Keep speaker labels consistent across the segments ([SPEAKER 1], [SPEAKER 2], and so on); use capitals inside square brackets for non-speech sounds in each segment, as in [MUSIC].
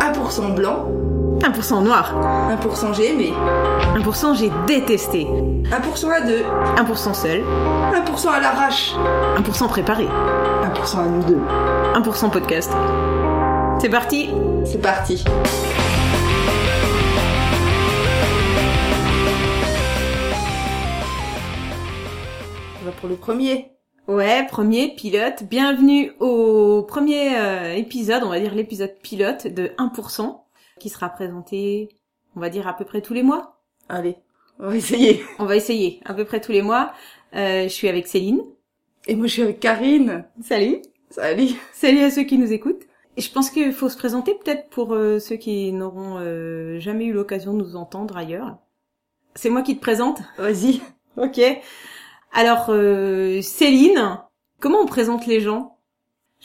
[SPEAKER 1] 1% blanc,
[SPEAKER 2] 1% noir,
[SPEAKER 1] 1% j'ai aimé,
[SPEAKER 2] 1% j'ai détesté,
[SPEAKER 1] 1% à deux,
[SPEAKER 2] 1% seul,
[SPEAKER 1] 1% à l'arrache,
[SPEAKER 2] 1% préparé,
[SPEAKER 1] 1% à nous deux.
[SPEAKER 2] 1% podcast. C'est parti
[SPEAKER 1] C'est parti. On va pour le premier.
[SPEAKER 2] Ouais, premier pilote, bienvenue au premier euh, épisode, on va dire l'épisode pilote de 1%, qui sera présenté, on va dire à peu près tous les mois.
[SPEAKER 1] Allez, on va essayer.
[SPEAKER 2] On va essayer, à peu près tous les mois. Euh, je suis avec Céline.
[SPEAKER 1] Et moi je suis avec Karine.
[SPEAKER 2] Salut
[SPEAKER 1] Salut.
[SPEAKER 2] Salut à ceux qui nous écoutent. Et je pense qu'il faut se présenter peut-être pour euh, ceux qui n'auront euh, jamais eu l'occasion de nous entendre ailleurs. C'est moi qui te présente
[SPEAKER 1] Vas-y.
[SPEAKER 2] Ok. Alors, euh, Céline, comment on présente les gens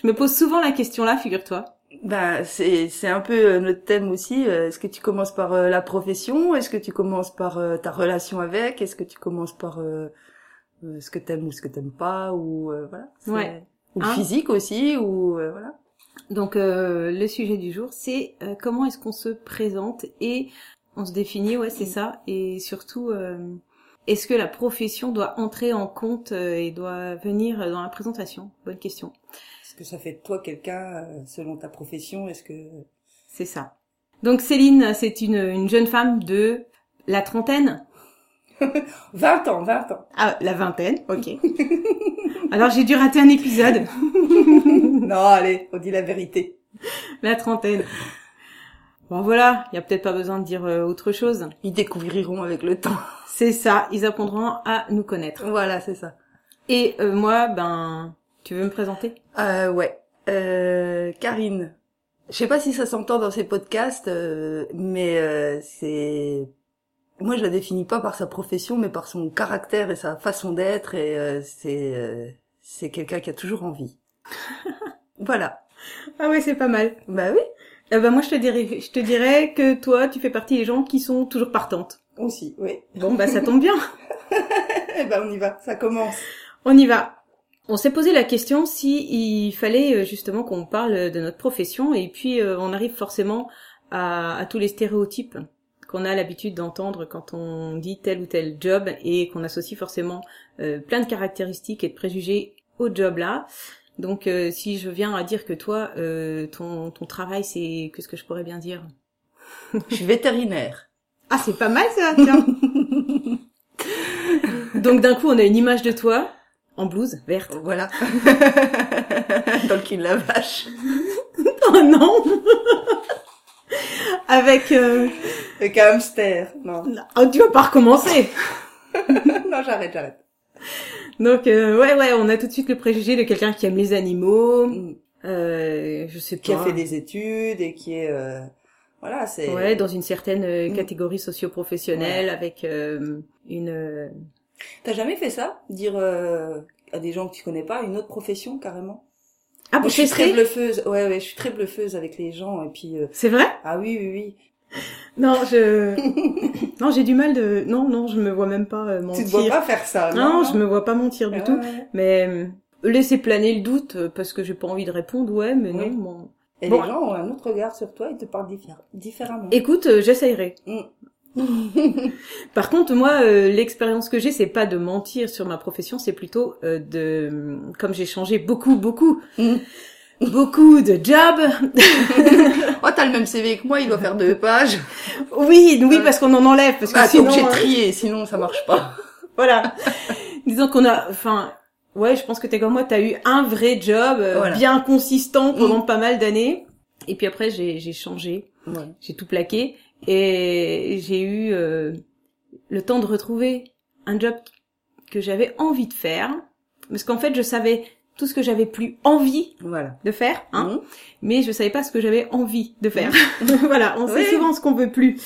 [SPEAKER 2] Je me pose souvent la question là, figure-toi.
[SPEAKER 1] Ben, c'est, c'est un peu euh, notre thème aussi. Euh, Est-ce que tu commences par euh, la profession Est-ce que tu commences par euh, ta relation avec Est-ce que tu commences par euh, euh, ce que t'aimes ou ce que t'aimes pas Ou euh, voilà. c'est-
[SPEAKER 2] Ouais.
[SPEAKER 1] Ou
[SPEAKER 2] Hein
[SPEAKER 1] physique aussi, ou euh, voilà.
[SPEAKER 2] Donc, euh, le sujet du jour, c'est euh, comment est-ce qu'on se présente et on se définit, ouais, c'est ça. Et surtout, euh, est-ce que la profession doit entrer en compte euh, et doit venir dans la présentation Bonne question.
[SPEAKER 3] Est-ce que ça fait de toi quelqu'un euh, selon ta profession Est-ce que
[SPEAKER 2] C'est ça. Donc Céline, c'est une, une jeune femme de la trentaine
[SPEAKER 3] 20 ans, 20 ans.
[SPEAKER 2] Ah, la vingtaine, [LAUGHS] ok. Alors j'ai dû rater un épisode.
[SPEAKER 3] Non, allez, on dit la vérité.
[SPEAKER 2] La trentaine. Bon voilà, il y a peut-être pas besoin de dire euh, autre chose.
[SPEAKER 1] Ils découvriront avec le temps.
[SPEAKER 2] C'est ça, ils apprendront à nous connaître.
[SPEAKER 1] voilà, c'est ça.
[SPEAKER 2] Et euh, moi, ben, tu veux me présenter
[SPEAKER 1] Euh, ouais. Euh, Karine. Je sais pas si ça s'entend dans ces podcasts, euh, mais euh, c'est moi je la définis pas par sa profession, mais par son caractère et sa façon d'être, et euh, c'est euh, c'est quelqu'un qui a toujours
[SPEAKER 3] [LAUGHS]
[SPEAKER 1] envie. voilà.
[SPEAKER 2] Ah ouais, c'est pas mal.
[SPEAKER 1] Bah oui.
[SPEAKER 2] Euh, ben moi, je te dirais, je te dirais que toi, tu fais partie des gens qui sont toujours partantes.
[SPEAKER 3] Aussi, oui.
[SPEAKER 2] Bon bah ça tombe bien.
[SPEAKER 3] Eh ben, on y va, ça commence.
[SPEAKER 2] On y va. On s'est posé la question si il fallait euh, justement qu'on parle de notre profession et puis euh, on arrive forcément à, à tous les stéréotypes qu'on a l'habitude d'entendre quand on dit tel ou tel job et qu'on associe forcément euh, plein de caractéristiques et de préjugés au job là. Donc euh, si je viens à dire que toi, euh, ton, ton travail c'est... Qu'est-ce que je pourrais bien dire
[SPEAKER 1] Je suis vétérinaire.
[SPEAKER 2] Ah c'est pas mal ça, tiens Donc d'un coup on a une image de toi en blouse verte.
[SPEAKER 3] [LAUGHS]
[SPEAKER 1] Voilà. dans le cul de la vache.
[SPEAKER 2] [LAUGHS] Oh non Avec... Euh...
[SPEAKER 3] Avec un hamster. Non,
[SPEAKER 2] Oh, tu vas pas recommencer
[SPEAKER 3] non, j'arrête, j'arrête.
[SPEAKER 2] Donc, euh, ouais, ouais, on a tout de suite le préjugé de quelqu'un qui aime les animaux,
[SPEAKER 3] Mm.
[SPEAKER 2] euh, je sais pas...
[SPEAKER 3] Qui a fait des études et qui est, euh, voilà, c'est.
[SPEAKER 2] Ouais, dans une certaine euh,
[SPEAKER 3] Mm.
[SPEAKER 2] catégorie socio-professionnelle, avec euh, une... euh,
[SPEAKER 3] T'as jamais fait ça Dire euh, à des gens que tu connais pas une autre profession carrément
[SPEAKER 2] Ah,
[SPEAKER 3] Moi,
[SPEAKER 2] pour
[SPEAKER 3] je suis très
[SPEAKER 2] tester
[SPEAKER 3] bluffeuse. Ouais, ouais, je suis très bluffeuse avec les gens et puis. euh,
[SPEAKER 2] C'est vrai
[SPEAKER 3] Ah oui, oui, oui.
[SPEAKER 2] Non,
[SPEAKER 3] [LAUGHS]
[SPEAKER 2] je... non, j'ai du mal de... Non, non, je me vois même pas euh, mentir.
[SPEAKER 3] Tu ne dois pas Ah. faire ça.
[SPEAKER 2] Non, je me vois pas mentir du
[SPEAKER 3] Ouais,
[SPEAKER 2] tout.
[SPEAKER 3] ouais.
[SPEAKER 2] Mais... euh, Laissez planer le doute euh, parce que j'ai pas envie de répondre, ouais, mais
[SPEAKER 3] Oui.
[SPEAKER 2] non. bon.
[SPEAKER 3] Et
[SPEAKER 2] Bon.
[SPEAKER 3] les gens ont un autre regard sur toi et te parlent diffé- différemment. [LAUGHS]
[SPEAKER 2] Écoute, euh, j'essayerai.
[SPEAKER 3] Mm.
[SPEAKER 2] [LAUGHS] Par contre, moi, euh, l'expérience que j'ai, c'est pas de mentir sur ma profession, c'est plutôt euh, de, comme j'ai changé beaucoup, beaucoup,
[SPEAKER 3] Mm.
[SPEAKER 2] beaucoup de jobs. [LAUGHS]
[SPEAKER 1] Oh t'as le même CV que moi, il doit faire deux pages.
[SPEAKER 2] Oui, oui, parce qu'on en enlève, parce que
[SPEAKER 3] Bah,
[SPEAKER 1] Ah, t'es
[SPEAKER 2] sinon,
[SPEAKER 1] obligé de
[SPEAKER 2] euh,
[SPEAKER 1] trier, sinon ça marche pas.
[SPEAKER 2] voilà. [LAUGHS] Disons qu'on a, enfin, ouais, je pense que t'es comme moi, t'as eu un vrai job euh,
[SPEAKER 1] Voilà.
[SPEAKER 2] bien consistant pendant pas mal d'années, et puis après j'ai j'ai changé.
[SPEAKER 1] Ouais.
[SPEAKER 2] j'ai tout plaqué et j'ai eu euh, le temps de retrouver un job que j'avais envie de faire parce qu'en fait je savais tout ce que j'avais plus envie
[SPEAKER 1] Voilà.
[SPEAKER 2] de faire hein,
[SPEAKER 3] Mmh.
[SPEAKER 1] Mhm.
[SPEAKER 2] mais je savais pas ce que j'avais envie de faire [LAUGHS] voilà on
[SPEAKER 1] Oui.
[SPEAKER 2] sait souvent ce qu'on veut plus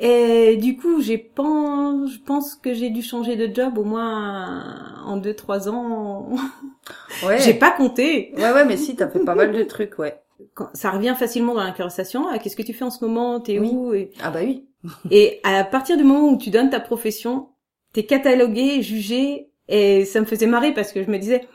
[SPEAKER 2] et du coup j'ai pen- je pense que j'ai dû changer de job au moins en deux trois ans
[SPEAKER 1] Ouais.
[SPEAKER 2] j'ai pas compté
[SPEAKER 1] Ouais ouais, mais si t'as fait pas mal de trucs, ouais.
[SPEAKER 2] Quand- ça revient facilement dans la conversation Ah, qu'est-ce que tu fais en ce moment t'es
[SPEAKER 1] Oui.
[SPEAKER 2] où Et-
[SPEAKER 1] Ah bah oui.
[SPEAKER 2] Et à partir du moment où tu donnes ta profession, t'es catalogué, jugé, et ça me faisait marrer parce que je me disais,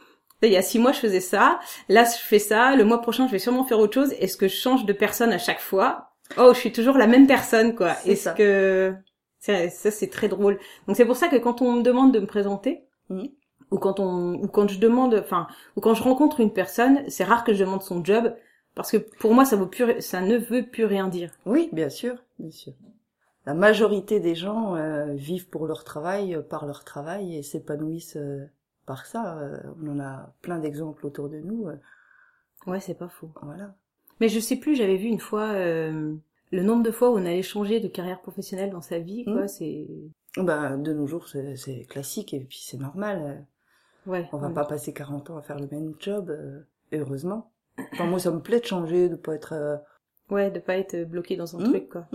[SPEAKER 2] il y a six mois je faisais ça, là je fais ça, le mois prochain je vais sûrement faire autre chose, est-ce que je change de personne à chaque fois oh, je suis toujours la même personne, quoi.
[SPEAKER 1] C'est
[SPEAKER 2] Est-ce
[SPEAKER 1] ça.
[SPEAKER 2] que ça, ça, c'est très drôle. Donc c'est pour ça que quand on me demande de me présenter,
[SPEAKER 3] Mhm.
[SPEAKER 2] ou quand on, ou quand je demande, enfin, ou quand je rencontre une personne, c'est rare que je demande son job parce que pour moi ça vaut plus, ça ne veut plus rien dire.
[SPEAKER 1] Oui, bien sûr, bien sûr. La majorité des gens euh, vivent pour leur travail, euh, par leur travail et s'épanouissent euh, par ça. Euh, on en a plein d'exemples autour de nous. euh,
[SPEAKER 2] Ouais, c'est pas faux.
[SPEAKER 1] voilà.
[SPEAKER 2] Mais je sais plus, j'avais vu une fois euh, le nombre de fois où on allait changer de carrière professionnelle dans sa vie, quoi.
[SPEAKER 1] Mhm.
[SPEAKER 2] C'est
[SPEAKER 1] Ben, de nos jours, c'est c'est classique et puis c'est normal. euh,
[SPEAKER 2] ouais.
[SPEAKER 1] On va pas passer 40 ans à faire le même job, euh, heureusement. Enfin, moi, ça me plaît de changer, de pas être... euh,
[SPEAKER 2] Ouais, de pas être bloqué dans un
[SPEAKER 1] Mhm.
[SPEAKER 2] truc, quoi.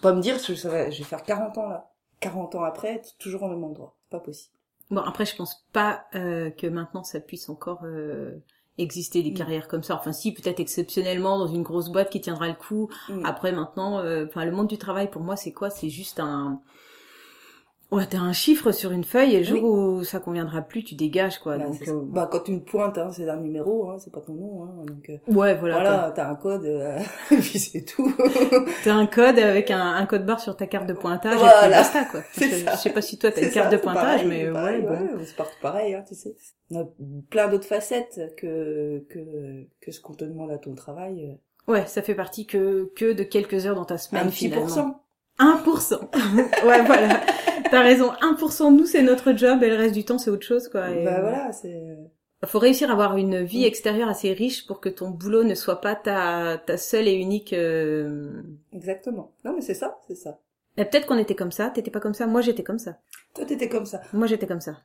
[SPEAKER 1] pas me dire, ça va-
[SPEAKER 3] Je vais faire 40 ans là. 40 ans après, t'es toujours au même endroit. C'est pas possible.
[SPEAKER 2] Bon, après, je pense pas euh, que maintenant ça puisse encore euh, exister des
[SPEAKER 3] Mm.
[SPEAKER 2] carrières comme ça. Enfin, si, peut-être exceptionnellement dans une grosse boîte qui tiendra le coup.
[SPEAKER 3] Mm.
[SPEAKER 2] Après, maintenant, euh, enfin, le monde du travail pour moi, c'est quoi C'est juste un. Ouais, t'as un chiffre sur une feuille et le jour où ça conviendra plus, tu dégages, quoi.
[SPEAKER 3] Là,
[SPEAKER 2] Donc,
[SPEAKER 3] c'est-
[SPEAKER 2] euh,
[SPEAKER 3] bah, quand tu me pointes, hein, c'est un numéro, hein, c'est pas ton nom. Hein, donc, euh,
[SPEAKER 2] ouais, voilà.
[SPEAKER 3] voilà, t'as un code, euh, [LAUGHS] et puis c'est tout.
[SPEAKER 2] quoi. T'as un code avec un, un code barre sur ta carte de pointage et puis
[SPEAKER 3] Voilà.
[SPEAKER 2] basta, quoi.
[SPEAKER 3] C'est
[SPEAKER 2] je,
[SPEAKER 3] ça.
[SPEAKER 2] je sais pas si toi t'as
[SPEAKER 3] C'est
[SPEAKER 2] une carte
[SPEAKER 3] ça,
[SPEAKER 2] de
[SPEAKER 3] c'est
[SPEAKER 2] pointage,
[SPEAKER 3] pareil,
[SPEAKER 2] mais
[SPEAKER 3] c'est
[SPEAKER 2] ouais, bah.
[SPEAKER 3] pareil,
[SPEAKER 2] bon.
[SPEAKER 3] ouais, c'est partout pareil, hein, tu sais. On a plein d'autres facettes que, que, que ce qu'on te demande à ton travail. euh,
[SPEAKER 2] Ouais, ça fait partie que, que de quelques heures dans ta semaine,
[SPEAKER 3] Un petit
[SPEAKER 2] finalement.
[SPEAKER 3] pour cent.
[SPEAKER 2] 1%. [LAUGHS] ouais, voilà. T'as raison. 1% nous, c'est notre job et le reste du temps, c'est autre chose, quoi. Et,
[SPEAKER 3] Bah
[SPEAKER 2] euh,
[SPEAKER 3] voilà, c'est...
[SPEAKER 2] Faut réussir à avoir une vie
[SPEAKER 3] Mm.
[SPEAKER 2] extérieure assez riche pour que ton boulot ne soit pas ta, ta seule et unique, euh...
[SPEAKER 3] Exactement. Non, mais c'est ça, c'est ça.
[SPEAKER 2] mais peut-être qu'on était comme ça, t'étais pas comme ça, moi j'étais comme ça.
[SPEAKER 3] Toi, t'étais comme ça.
[SPEAKER 2] Moi j'étais comme ça.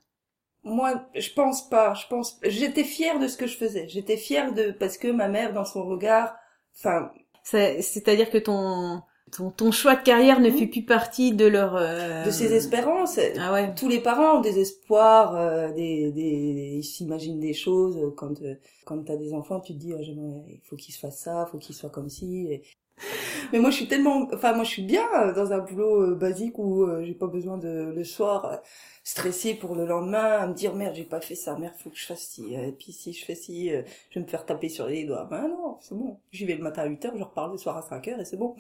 [SPEAKER 3] Moi, je pense pas. Je pense. J'étais fière de ce que je faisais. J'étais fière de parce que ma mère, dans son regard, enfin,
[SPEAKER 2] C'est- C'est-à-dire que ton, ton, ton choix de carrière ne
[SPEAKER 3] Mm.
[SPEAKER 2] fait plus partie de leur, euh,
[SPEAKER 3] de ses espérances.
[SPEAKER 2] Ah ouais.
[SPEAKER 3] Tous les parents ont des espoirs, euh, des, des, ils s'imaginent des choses. euh, Quand euh, quand t'as des enfants, tu te dis, Ah, j'aimerais- il faut qu'ils se fassent ça, il faut qu'ils soient comme ci. Et- Mais moi, je suis tellement, enfin, moi, je suis bien euh, dans un boulot euh, basique où euh, j'ai pas besoin de le soir euh, stresser pour le lendemain, à me dire merde, j'ai pas fait ça, merde, faut que je fasse ci, euh, et puis si je fais ci, euh, je vais me faire taper sur les doigts. Ben non, c'est bon. J'y vais le matin à 8h, je repars le soir à 5h et c'est bon.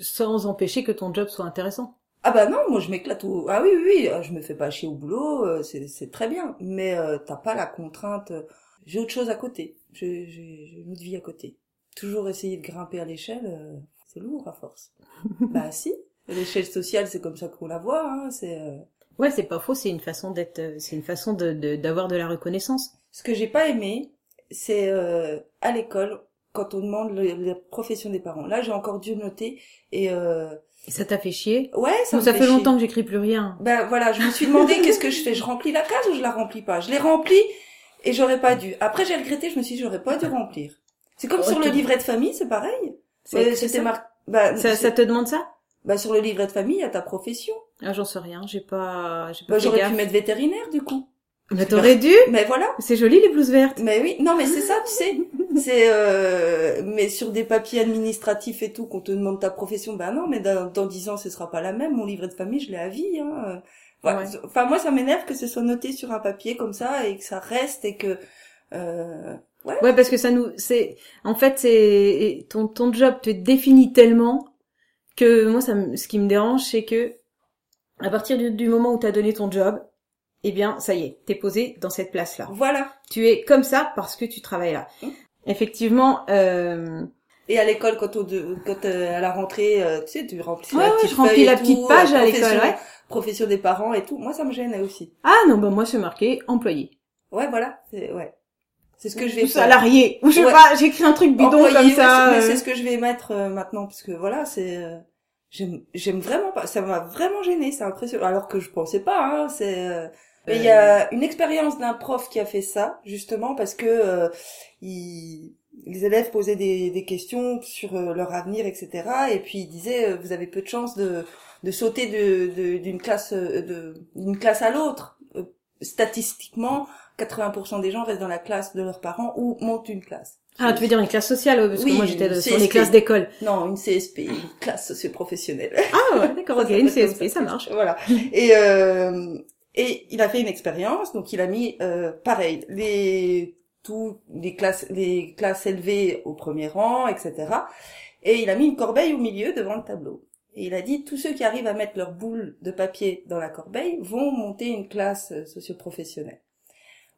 [SPEAKER 2] Sans empêcher que ton job soit intéressant.
[SPEAKER 3] Ah bah non, moi je m'éclate au... Ah oui, oui, oui, euh, je me fais pas chier au boulot, euh, c'est, c'est très bien. Mais euh, t'as pas la contrainte... euh, J'ai autre chose à côté. J'ai, j'ai, j'ai une autre vie à côté. Toujours essayer de grimper à l'échelle, euh, c'est lourd à
[SPEAKER 2] [LAUGHS]
[SPEAKER 3] force. bah si, l'échelle sociale, c'est comme ça qu'on la voit. Hein, c'est euh,
[SPEAKER 2] Ouais, c'est pas faux, c'est une façon d'être, euh, c'est une façon de, de- d'avoir de la reconnaissance.
[SPEAKER 3] Ce que j'ai pas aimé, c'est euh, à l'école, quand on demande le- la profession des parents. Là, j'ai encore dû noter. Et euh,
[SPEAKER 2] Et ça t'a fait chier?
[SPEAKER 3] ouais, ça
[SPEAKER 2] Ça,
[SPEAKER 3] me
[SPEAKER 2] ça fait,
[SPEAKER 3] chier.
[SPEAKER 2] longtemps que j'écris plus rien.
[SPEAKER 3] Ben voilà, je me suis
[SPEAKER 2] [LAUGHS]
[SPEAKER 3] demandé qu'est-ce que je fais, je remplis la case ou je la remplis pas. Je l'ai remplie et j'aurais pas dû. Après j'ai regretté, je me suis dit j'aurais pas dû remplir. C'est comme sur le
[SPEAKER 2] Ok.
[SPEAKER 3] livret de famille, c'est pareil.
[SPEAKER 2] C'est-
[SPEAKER 3] Euh,
[SPEAKER 2] c'est
[SPEAKER 3] C'était
[SPEAKER 2] ça.
[SPEAKER 3] marqué. Ben,
[SPEAKER 2] Ça, ça te demande ça
[SPEAKER 3] ben, sur le livret de famille, il y a ta profession.
[SPEAKER 2] Ah, j'en sais rien, j'ai pas, j'ai pas
[SPEAKER 3] Ben,
[SPEAKER 2] fait
[SPEAKER 3] j'aurais
[SPEAKER 2] gaffe.
[SPEAKER 3] pu mettre vétérinaire du coup.
[SPEAKER 2] Mais t'aurais dû.
[SPEAKER 3] Mais voilà.
[SPEAKER 2] C'est joli les blouses vertes.
[SPEAKER 3] Mais oui, non mais c'est ça, tu
[SPEAKER 2] [LAUGHS]
[SPEAKER 3] sais. C'est euh, mais sur des papiers administratifs et tout qu'on te demande ta profession. Ben non, mais dans dans dix ans, ce sera pas la même. Mon livret de famille, je l'ai à vie. Hein. Euh, voilà.
[SPEAKER 2] Ouais.
[SPEAKER 3] Enfin moi, ça m'énerve que ce soit noté sur un papier comme ça et que ça reste et que euh,
[SPEAKER 2] Ouais, parce que ça nous, c'est, en fait, c'est et ton ton job te définit tellement que moi, ça, me- ce qui me dérange, c'est que à partir du, du moment où t'as donné ton job, eh bien, ça y est, t'es posé dans cette place-là.
[SPEAKER 3] voilà.
[SPEAKER 2] Tu es comme ça parce que tu travailles là.
[SPEAKER 3] Mm.
[SPEAKER 2] Effectivement. Euh...
[SPEAKER 3] Et à l'école, quand, on de- quand euh, à la rentrée, euh, tu sais, tu remplis
[SPEAKER 2] ouais,
[SPEAKER 3] la petite
[SPEAKER 2] je remplis
[SPEAKER 3] feuille et
[SPEAKER 2] la
[SPEAKER 3] tout,
[SPEAKER 2] petite page
[SPEAKER 3] euh,
[SPEAKER 2] à l'école.
[SPEAKER 3] profession-
[SPEAKER 2] Ouais.
[SPEAKER 3] Profession des parents et tout. Moi, ça me gêne aussi.
[SPEAKER 2] Ah non, bah moi, c'est marqué employé.
[SPEAKER 3] Ouais, voilà. C'est, ouais. C'est ce que je vais
[SPEAKER 2] ou
[SPEAKER 3] faire.
[SPEAKER 2] salarié ou je sais
[SPEAKER 3] Ouais.
[SPEAKER 2] pas j'écris un truc bidon
[SPEAKER 3] Employé,
[SPEAKER 2] comme
[SPEAKER 3] ouais,
[SPEAKER 2] ça
[SPEAKER 3] c'est- mais
[SPEAKER 2] euh.
[SPEAKER 3] c'est ce que je vais mettre euh, maintenant parce que voilà, c'est euh, j'aime j'aime vraiment pas ça m'a vraiment gêné, c'est impressionnant alors que je pensais pas hein, c'est euh, mais il y a une expérience d'un prof qui a fait ça justement parce que euh, il- les élèves posaient des, des questions sur euh, leur avenir etc et puis il disait euh, vous avez peu de chances de de sauter de de- d'une classe euh, de d'une classe à l'autre Euh, statistiquement 80% des gens restent dans la classe de leurs parents ou montent une classe
[SPEAKER 2] ah tu veux dire une classe sociale ouais, parce que
[SPEAKER 3] Oui,
[SPEAKER 2] moi j'étais euh, sur
[SPEAKER 3] CSP.
[SPEAKER 2] les classes d'école
[SPEAKER 3] non, une CSP, une classe socioprofessionnelle.
[SPEAKER 2] ah ouais d'accord
[SPEAKER 3] Ça
[SPEAKER 2] ok
[SPEAKER 3] s'appelle
[SPEAKER 2] une
[SPEAKER 3] comme
[SPEAKER 2] CSP ça marche
[SPEAKER 3] Voilà.
[SPEAKER 2] [LAUGHS]
[SPEAKER 3] Et euh, et il a fait une expérience, donc il a mis euh, pareil les surtout les classes, les classes élevées au premier rang, etc. Et il a mis une corbeille au milieu devant le tableau. Et il a dit, tous ceux qui arrivent à mettre leur boule de papier dans la corbeille vont monter une classe euh, socioprofessionnelle.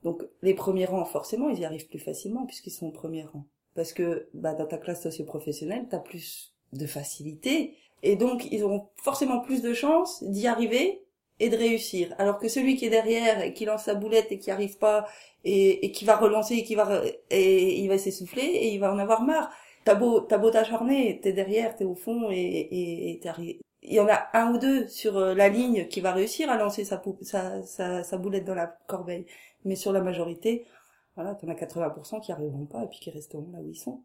[SPEAKER 3] Donc, les premiers rangs, forcément, ils y arrivent plus facilement puisqu'ils sont au premier rang. Parce que, bah, dans ta classe socioprofessionnelle, t'as plus de facilité. Et donc, ils auront forcément plus de chances d'y arriver et de réussir. Alors que celui qui est derrière et qui lance sa boulette et qui arrive pas et, et qui va relancer et qui va, re- et il va s'essouffler et il va en avoir marre. T'as beau, t'as beau t'acharner, t'es derrière, t'es au fond et, et, et t'arrives. Il y en a un ou deux sur euh, la ligne qui va réussir à lancer sa, pou- sa, sa, sa boulette dans la corbeille. Mais sur la majorité, voilà, t'en as 80% qui arriveront pas et puis qui resteront là où ils sont.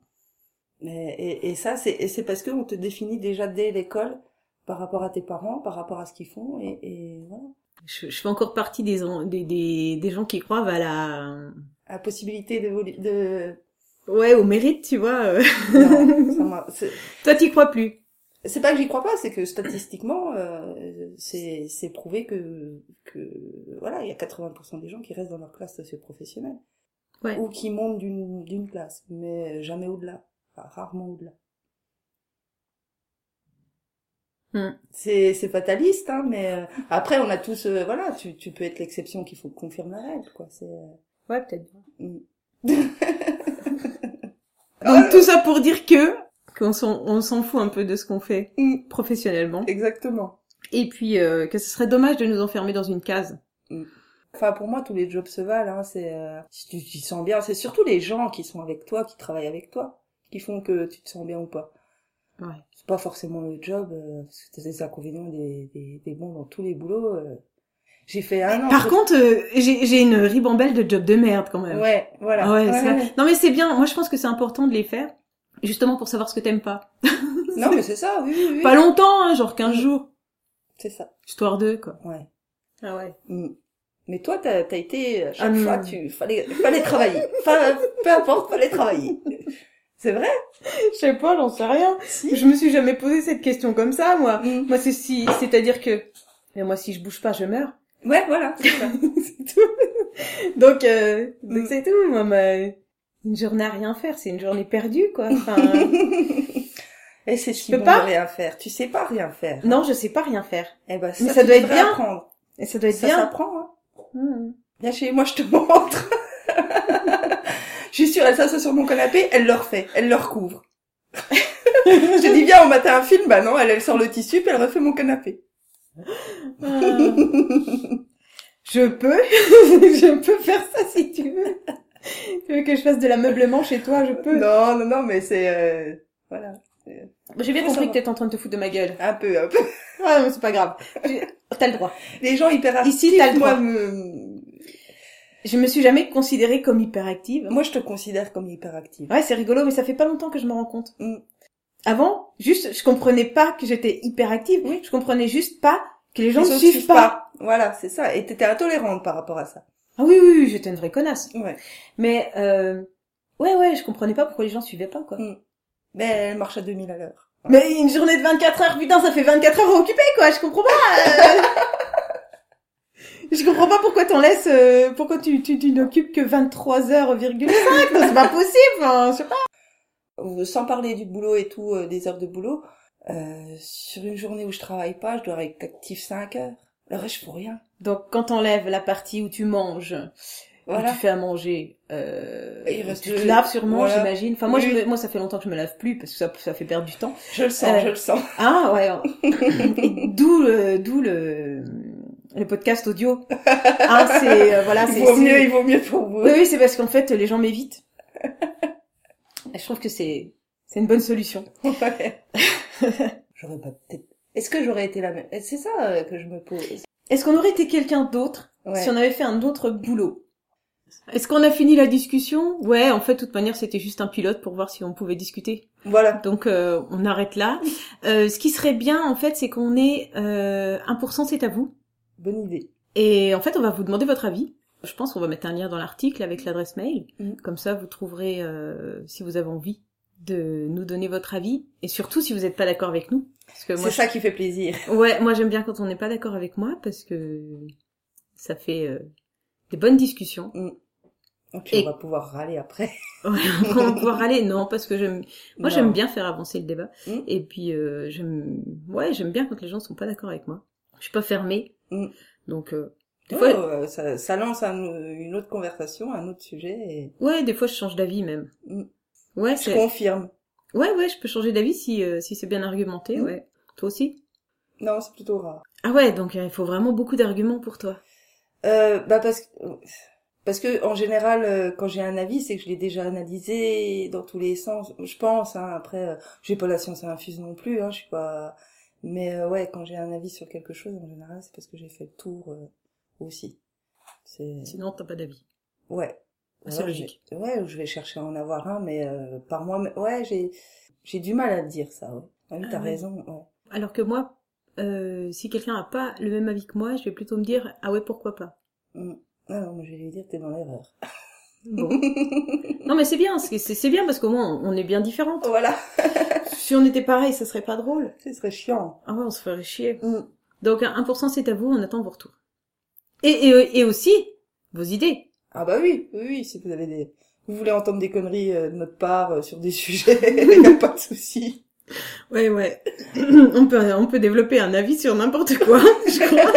[SPEAKER 3] Mais, et, et ça, c'est, et c'est parce qu'on te définit déjà dès l'école par rapport à tes parents, par rapport à ce qu'ils font et, et voilà.
[SPEAKER 2] Je, je fais encore partie des, en- des, des, des gens qui croient à la...
[SPEAKER 3] La possibilité d'évoluer, de,
[SPEAKER 2] Ouais, au mérite, tu vois. euh. [LAUGHS]
[SPEAKER 3] Non, ça m'a- c'est-
[SPEAKER 2] Toi, t'y crois plus.
[SPEAKER 3] C'est pas que j'y crois pas, c'est que statistiquement, euh, c'est c'est prouvé que, que voilà, il y a 80% des gens qui restent dans leur classe socioprofessionnelle.
[SPEAKER 2] Ouais.
[SPEAKER 3] Ou qui montent d'une d'une classe, mais jamais au-delà. Enfin, rarement au-delà.
[SPEAKER 2] Hmm.
[SPEAKER 3] C'est c'est fataliste, hein, mais euh, après, on a tous, euh, voilà, tu, tu peux être l'exception qu'il faut confirmer la règle, quoi. C'est euh,
[SPEAKER 2] Ouais, peut-être.
[SPEAKER 3] Mm.
[SPEAKER 2] Donc tout ça pour dire que qu'on s'en on s'en fout un peu de ce qu'on fait professionnellement
[SPEAKER 3] Exactement.
[SPEAKER 2] et puis euh, que ce serait dommage de nous enfermer dans une case.
[SPEAKER 3] Enfin, pour moi, tous les jobs se valent. Hein. C'est euh, si tu t'y sens bien, c'est surtout les gens qui sont avec toi, qui travaillent avec toi, qui font que tu te sens bien ou pas.
[SPEAKER 2] Ouais.
[SPEAKER 3] C'est pas forcément le job. Euh, parce que t'as des inconvénients, des, des, des bons dans tous les boulots. euh. J'ai fait un an.
[SPEAKER 2] Par
[SPEAKER 3] je-
[SPEAKER 2] contre, euh, j'ai j'ai une ribambelle de jobs de merde quand même.
[SPEAKER 3] ouais, voilà.
[SPEAKER 2] Ah ouais,
[SPEAKER 3] Ouais,
[SPEAKER 2] ça-
[SPEAKER 3] ouais.
[SPEAKER 2] Non mais c'est bien. Moi je pense que c'est important de les faire justement pour savoir ce que t'aimes pas.
[SPEAKER 3] Non, mais c'est ça. Oui, oui, oui.
[SPEAKER 2] Pas longtemps, hein, genre 15 jours,
[SPEAKER 3] C'est ça.
[SPEAKER 2] histoire d'eux quoi.
[SPEAKER 3] Ouais.
[SPEAKER 2] Ah ouais.
[SPEAKER 3] Mm. Mais toi, t'as as été euh, à chaque
[SPEAKER 2] Ah,
[SPEAKER 3] fois,
[SPEAKER 2] non.
[SPEAKER 3] tu fallait fallait travailler. Enfin, peu importe, fallait travailler. C'est vrai.
[SPEAKER 2] Je sais pas, j'en sais rien. Je me suis jamais posé cette question comme ça moi.
[SPEAKER 3] Mm.
[SPEAKER 2] Moi c'est si, c'est-à-dire que mais moi si je bouge pas, je meurs.
[SPEAKER 3] Ouais, voilà. c'est ça.
[SPEAKER 2] c'est tout. Donc, euh, donc
[SPEAKER 3] Mm.
[SPEAKER 2] c'est tout. Moi, ma- une journée à rien faire, c'est une journée perdue, quoi.
[SPEAKER 3] [LAUGHS]
[SPEAKER 2] Enfin,
[SPEAKER 3] Et c'est si
[SPEAKER 2] peux
[SPEAKER 3] bon
[SPEAKER 2] pas
[SPEAKER 3] de rien faire. Tu sais pas rien faire.
[SPEAKER 2] non, je sais pas rien faire.
[SPEAKER 3] Eh ben, ça,
[SPEAKER 2] Mais ça
[SPEAKER 3] tu
[SPEAKER 2] doit être
[SPEAKER 3] devrais
[SPEAKER 2] bien.
[SPEAKER 3] apprendre.
[SPEAKER 2] Et ça doit être
[SPEAKER 3] Ça
[SPEAKER 2] bien.
[SPEAKER 3] s'apprend. Hein.
[SPEAKER 2] Mm.
[SPEAKER 3] Viens chez moi, je te montre. [LAUGHS] je suis sûre, elle s'assoit sur mon canapé, elle le refait, elle le recouvre. je te dis bien, on matin un film, bah non, elle, elle sort le tissu, puis elle refait mon canapé.
[SPEAKER 2] Ah. je peux, [LAUGHS] je peux faire ça si tu veux. Tu veux que je fasse de l'ameublement chez toi, je peux.
[SPEAKER 3] Non, non, non, mais c'est... euh, voilà,
[SPEAKER 2] J'ai bien
[SPEAKER 3] Faut
[SPEAKER 2] compris
[SPEAKER 3] savoir.
[SPEAKER 2] que t'étais en train de te foutre de ma gueule.
[SPEAKER 3] un peu, un peu.
[SPEAKER 2] Ah, mais c'est pas grave. J'ai- T'as le droit.
[SPEAKER 3] Les gens hyper
[SPEAKER 2] Ici, t'as le droit.
[SPEAKER 3] moi, me-
[SPEAKER 2] Je me suis jamais considérée comme hyperactive.
[SPEAKER 3] moi, je te considère comme hyperactive.
[SPEAKER 2] Ouais, c'est rigolo, mais ça fait pas longtemps que je me rends compte.
[SPEAKER 3] Mm.
[SPEAKER 2] Avant, juste, je comprenais pas que j'étais hyperactive.
[SPEAKER 3] Oui.
[SPEAKER 2] Je comprenais juste pas que les gens
[SPEAKER 3] Les
[SPEAKER 2] ne
[SPEAKER 3] autres
[SPEAKER 2] suivent pas.
[SPEAKER 3] Voilà, c'est ça. Et t'étais intolérante par rapport à ça.
[SPEAKER 2] Ah oui, oui, oui, j'étais une vraie connasse.
[SPEAKER 3] Ouais.
[SPEAKER 2] Mais, euh, ouais, ouais, je comprenais pas pourquoi les gens suivaient pas, quoi.
[SPEAKER 3] Mm. Mais elle marche à 2000 à l'heure.
[SPEAKER 2] Mais une journée de 24 heures, putain, ça fait 24 heures occupées, quoi. Je comprends pas. euh. [LAUGHS] je comprends pas pourquoi t'en laisses, euh, pourquoi tu, tu, tu n'occupes que 23 h 5 C'est pas possible, hein, je sais pas.
[SPEAKER 3] Euh, sans parler du boulot et tout, euh, des heures de boulot, euh, sur une journée où je travaille pas, je dois être actif 5 heures. Le reste, je fous rien.
[SPEAKER 2] Donc, quand t'enlèves la partie où tu manges, Voilà.
[SPEAKER 3] Voilà.
[SPEAKER 2] Tu fais à manger. Euh,
[SPEAKER 3] Et il reste
[SPEAKER 2] tu te
[SPEAKER 3] le-
[SPEAKER 2] laves sûrement,
[SPEAKER 3] voilà.
[SPEAKER 2] j'imagine. Enfin, moi, je
[SPEAKER 3] Oui.
[SPEAKER 2] me- moi, ça fait longtemps que je me lave plus parce que ça, ça fait perdre du temps.
[SPEAKER 3] Je le sens,
[SPEAKER 2] Euh,
[SPEAKER 3] je le sens.
[SPEAKER 2] Ah ouais. Et d'où, le- d'où le, le podcast audio. Ah, c'est euh, voilà,
[SPEAKER 3] Il
[SPEAKER 2] c'est.
[SPEAKER 3] vaut
[SPEAKER 2] c'est-
[SPEAKER 3] mieux, il vaut mieux pour vous.
[SPEAKER 2] Oui, oui, c'est parce qu'en fait, les gens m'évitent. Et je trouve que c'est c'est une bonne solution.
[SPEAKER 3] [LAUGHS] Ouais.
[SPEAKER 2] [LAUGHS]
[SPEAKER 3] j'aurais pas peut-être. Est-ce que j'aurais été la même C'est ça euh, que je me pose.
[SPEAKER 2] Est-ce qu'on aurait été quelqu'un d'autre
[SPEAKER 3] Ouais.
[SPEAKER 2] si on avait fait un autre boulot Est-ce qu'on a fini la discussion Ouais, en fait, de toute manière, c'était juste un pilote pour voir si on pouvait discuter.
[SPEAKER 3] Voilà.
[SPEAKER 2] Donc euh, on arrête là. Euh, ce qui serait bien en fait, c'est qu'on ait euh, 1% c'est à vous.
[SPEAKER 3] Bonne idée.
[SPEAKER 2] Et en fait, on va vous demander votre avis. Je pense qu'on va mettre un lien dans l'article avec l'adresse mail.
[SPEAKER 3] Mhm.
[SPEAKER 2] Comme ça, vous trouverez, euh, si vous avez envie, de nous donner votre avis. Et surtout, si vous n'êtes pas d'accord avec nous. Parce que Euh, moi,
[SPEAKER 3] C'est ça qui fait plaisir.
[SPEAKER 2] je- ouais, moi j'aime bien quand on n'est pas d'accord [LAUGHS] avec moi parce que ça fait euh, des bonnes discussions.
[SPEAKER 3] Ok, on
[SPEAKER 2] Et-
[SPEAKER 3] va pouvoir râler après.
[SPEAKER 2] Ouais, comment pouvoir aller Non, parce que j'aime.
[SPEAKER 3] Non.
[SPEAKER 2] Moi, j'aime bien faire avancer le débat.
[SPEAKER 3] Mm.
[SPEAKER 2] Et puis, euh, j'aime. Ouais, j'aime bien quand les gens sont pas d'accord avec moi. Je suis pas fermée.
[SPEAKER 3] Mm.
[SPEAKER 2] Donc, euh, des
[SPEAKER 3] Oh,
[SPEAKER 2] fois,
[SPEAKER 3] euh, ça, ça lance un- une autre conversation, un autre sujet et
[SPEAKER 2] ouais, des fois, je change d'avis même.
[SPEAKER 3] Mm.
[SPEAKER 2] Ouais,
[SPEAKER 3] je
[SPEAKER 2] Ah, c'est.
[SPEAKER 3] confirme.
[SPEAKER 2] Ouais, ouais, je peux changer d'avis si euh, si c'est bien argumenté.
[SPEAKER 3] Mm.
[SPEAKER 2] Ouais. Toi aussi.
[SPEAKER 3] Non, c'est plutôt rare.
[SPEAKER 2] Ah ouais, donc euh, il faut vraiment beaucoup d'arguments pour toi.
[SPEAKER 3] Euh, bah parce que parce que en général, euh, quand j'ai un avis, c'est que je l'ai déjà analysé dans tous les sens. Je pense. Hein, après, euh, j'ai pas la science à l'infuse non plus. Hein, je suis pas. Mais euh, ouais, quand j'ai un avis sur quelque chose, en général, c'est parce que j'ai fait le tour euh, aussi. C'est
[SPEAKER 2] Sinon, t'as pas d'avis.
[SPEAKER 3] ouais.
[SPEAKER 2] C'est
[SPEAKER 3] Alors,
[SPEAKER 2] logique.
[SPEAKER 3] je vais- Ouais, je vais chercher à en avoir un, mais euh, par moi, ouais, j'ai j'ai du mal à le dire ça. Ouais. Ouais, mais
[SPEAKER 2] Ah
[SPEAKER 3] t'as
[SPEAKER 2] oui.
[SPEAKER 3] raison. Ouais.
[SPEAKER 2] Alors que moi, euh, si quelqu'un a pas le même avis que moi, je vais plutôt me dire ah ouais pourquoi pas.
[SPEAKER 3] Mm. Ah non, mais je vais lui dire t'es dans
[SPEAKER 2] [LAUGHS]
[SPEAKER 3] l'erreur.
[SPEAKER 2] Bon. [LAUGHS] non mais c'est bien, c'est c'est bien parce qu'au moins on est bien différentes.
[SPEAKER 3] voilà,
[SPEAKER 2] Si on était pareil, ça serait pas drôle.
[SPEAKER 3] ce serait chiant.
[SPEAKER 2] Ah ouais, on se ferait chier.
[SPEAKER 3] Mm.
[SPEAKER 2] Donc un 1% c'est à vous, on attend vos retours. Et, euh, et, et aussi vos idées.
[SPEAKER 3] Ah bah oui, oui, oui, si vous avez des... Vous voulez entendre des conneries euh, de notre part euh, sur des [LAUGHS] sujets, y a pas de souci.
[SPEAKER 2] Ouais ouais. [COUGHS] on peut on peut développer un avis sur n'importe quoi, [LAUGHS] je crois.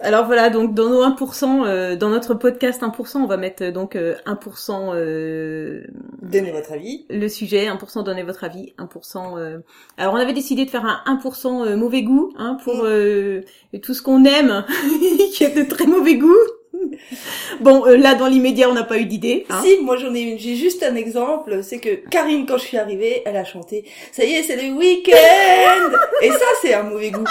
[SPEAKER 2] Alors voilà, donc dans nos 1%, euh, dans notre podcast 1%, on va mettre euh, donc euh, 1% euh,
[SPEAKER 3] Donnez votre avis.
[SPEAKER 2] le sujet, 1% donnez votre avis, 1%... euh, Alors on avait décidé de faire un 1% euh, mauvais goût, hein, pour
[SPEAKER 3] Mm.
[SPEAKER 2] euh, tout ce qu'on aime, [LAUGHS] qui est de très mauvais goût. bon, euh, là dans l'immédiat, on n'a pas eu d'idée. hein.
[SPEAKER 3] si, moi j'en ai une, j'ai juste un exemple, c'est que Karine, quand je suis arrivée, elle a chanté « Ça y est, c'est le week-end !» Et ça, c'est un mauvais goût.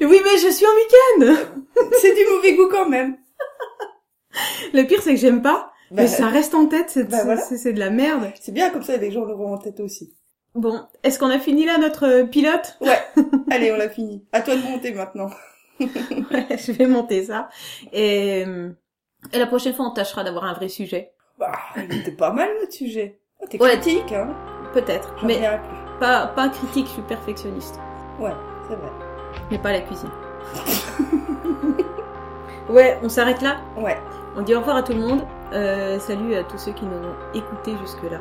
[SPEAKER 2] Oui, mais je suis en week-end
[SPEAKER 3] C'est du mauvais goût quand même.
[SPEAKER 2] Le pire, c'est que j'aime pas,
[SPEAKER 3] Bah,
[SPEAKER 2] mais ça reste en tête, c'est
[SPEAKER 3] bah,
[SPEAKER 2] c'est-
[SPEAKER 3] voilà.
[SPEAKER 2] c'est- c'est de la merde.
[SPEAKER 3] C'est bien comme ça, les gens l'auront en tête aussi.
[SPEAKER 2] Bon, est-ce qu'on a fini là notre euh, pilote [LAUGHS]
[SPEAKER 3] Allez, on l'a fini. À toi de monter maintenant.
[SPEAKER 2] Ouais, je vais monter ça. Et, euh, et la prochaine fois, on tâchera d'avoir un vrai sujet.
[SPEAKER 3] Bah, il était pas mal notre sujet. Ah, T'es
[SPEAKER 2] Ouais.
[SPEAKER 3] critique, hein
[SPEAKER 2] Peut-être,
[SPEAKER 3] J'en
[SPEAKER 2] mais
[SPEAKER 3] reviens plus.
[SPEAKER 2] pas, pas critique, je suis perfectionniste.
[SPEAKER 3] Ouais, c'est vrai.
[SPEAKER 2] Mais pas à la cuisine. [LAUGHS] ouais, on s'arrête là.
[SPEAKER 3] Ouais.
[SPEAKER 2] On dit au revoir à tout le monde. Euh, salut à tous ceux qui nous ont écoutés jusque-là.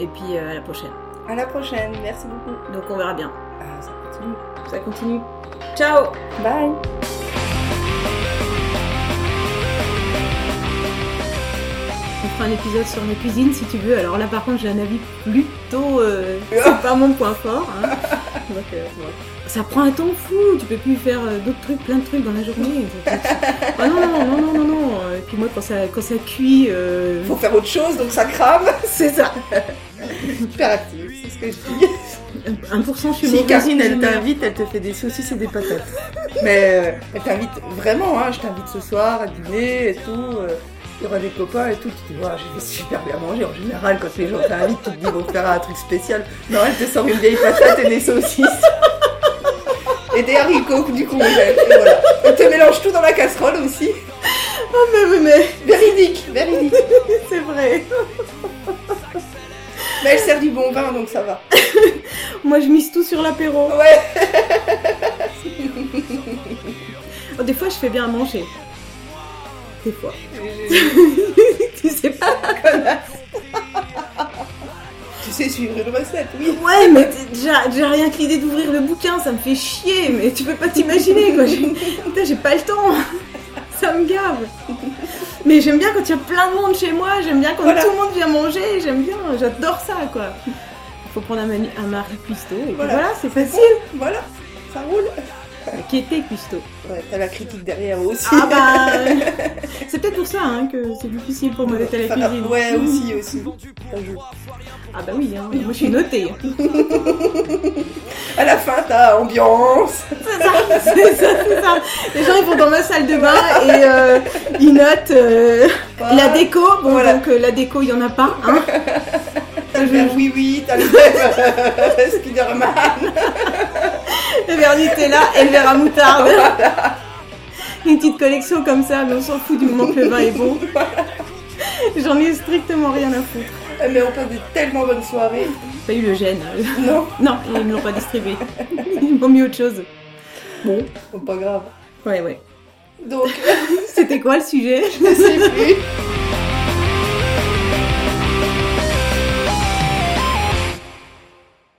[SPEAKER 2] Et puis euh, à la prochaine.
[SPEAKER 3] À la prochaine, merci beaucoup.
[SPEAKER 2] Donc on verra bien.
[SPEAKER 3] Ah, ça continue.
[SPEAKER 2] Ça continue. Ciao
[SPEAKER 3] Bye
[SPEAKER 2] On fera un épisode sur la cuisine si tu veux. Alors là par contre j'ai un avis plutôt... euh, c'est pas mon point fort.
[SPEAKER 1] [LAUGHS]
[SPEAKER 2] hein. Donc, euh, ouais. Ça prend un temps fou. Tu peux plus faire euh, d'autres trucs, plein de trucs dans la
[SPEAKER 1] [LAUGHS]
[SPEAKER 2] journée. Ah non, non, non, non, non, non. Et puis moi quand ça, quand ça cuit... euh,
[SPEAKER 3] faut faire autre chose, donc ça crame. [LAUGHS]
[SPEAKER 2] c'est ça
[SPEAKER 3] Super active, c'est ce que je dis.
[SPEAKER 2] 1% je suis
[SPEAKER 1] Si
[SPEAKER 2] mauvaise
[SPEAKER 1] Karine, elle
[SPEAKER 2] cuisinière.
[SPEAKER 1] t'invite, elle te fait des saucisses et des patates.
[SPEAKER 3] Mais euh, elle t'invite vraiment, hein, je t'invite ce soir à dîner et tout. euh, Il y aura des copains et tout. Tu te dis, Ouah, j'ai fait super bien manger. En général, quand les gens t'invitent, tu te dis, ils vont te faire un truc spécial. Non, elle te sort une vieille patate et des saucisses. Et des haricots du congé. Et voilà. On te mélange tout dans la casserole aussi.
[SPEAKER 2] Mais, mais, mais, [LAUGHS]
[SPEAKER 3] Véridique, véridique.
[SPEAKER 2] c'est vrai.
[SPEAKER 3] Mais elle sert du bon vin, donc ça va.
[SPEAKER 2] Moi, je mise tout sur l'apéro.
[SPEAKER 3] Ouais.
[SPEAKER 2] Oh, des fois, je fais bien à manger. Des fois. [LAUGHS] tu sais pas.
[SPEAKER 3] Tu sais suivre une recette, oui.
[SPEAKER 2] Ouais, mais t'es- déjà, déjà rien que l'idée d'ouvrir le bouquin, ça me fait chier. Mais tu peux pas t'imaginer, quoi. J'ai- Putain, j'ai pas le temps. [LAUGHS] Ça me gave. Mais j'aime bien quand il y a plein de monde chez moi. J'aime bien quand
[SPEAKER 3] Voilà.
[SPEAKER 2] tout le monde vient manger. J'aime bien. J'adore ça, quoi. Faut prendre un, manu- un mari cuistot. Et puis
[SPEAKER 3] Voilà.
[SPEAKER 2] voilà, c'est facile.
[SPEAKER 3] Voilà, ça roule.
[SPEAKER 2] Qui était cuistot
[SPEAKER 3] Ouais, t'as la critique derrière aussi.
[SPEAKER 2] Ah
[SPEAKER 3] [LAUGHS]
[SPEAKER 2] bah C'est peut-être pour ça hein, que c'est difficile pour moi d'être à la cuisine. Mmh.
[SPEAKER 3] Ouais, aussi, aussi. Ça joue.
[SPEAKER 2] Ah bah oui, hein, moi je
[SPEAKER 3] [LAUGHS]
[SPEAKER 2] suis notée.
[SPEAKER 3] À la fin, t'as ambiance.
[SPEAKER 2] C'est ça, [LAUGHS] c'est ça, c'est ça. Les gens ils vont dans ma salle de bain et euh, ils notent euh, la déco. Bon
[SPEAKER 3] Voilà.
[SPEAKER 2] donc euh, la déco il y en a pas. Hein.
[SPEAKER 3] T'as le verre oui, oui, t'as le verre [LAUGHS] Spider-Man.
[SPEAKER 2] Le verre Nutella et le verre à moutarde. Une petite collection comme ça, mais on s'en fout du moment que le vin est bon. J'en ai strictement rien à foutre.
[SPEAKER 3] Mais on passe de tellement bonnes soirées.
[SPEAKER 2] Pas eu le gène. euh.
[SPEAKER 3] Non,
[SPEAKER 2] Non, ils ne l'ont pas distribué. Ils m'ont mis autre chose. Bon.
[SPEAKER 3] oh, pas grave.
[SPEAKER 2] Ouais, ouais. Donc,
[SPEAKER 3] C'était quoi le sujet [LAUGHS]
[SPEAKER 2] je ne sais plus.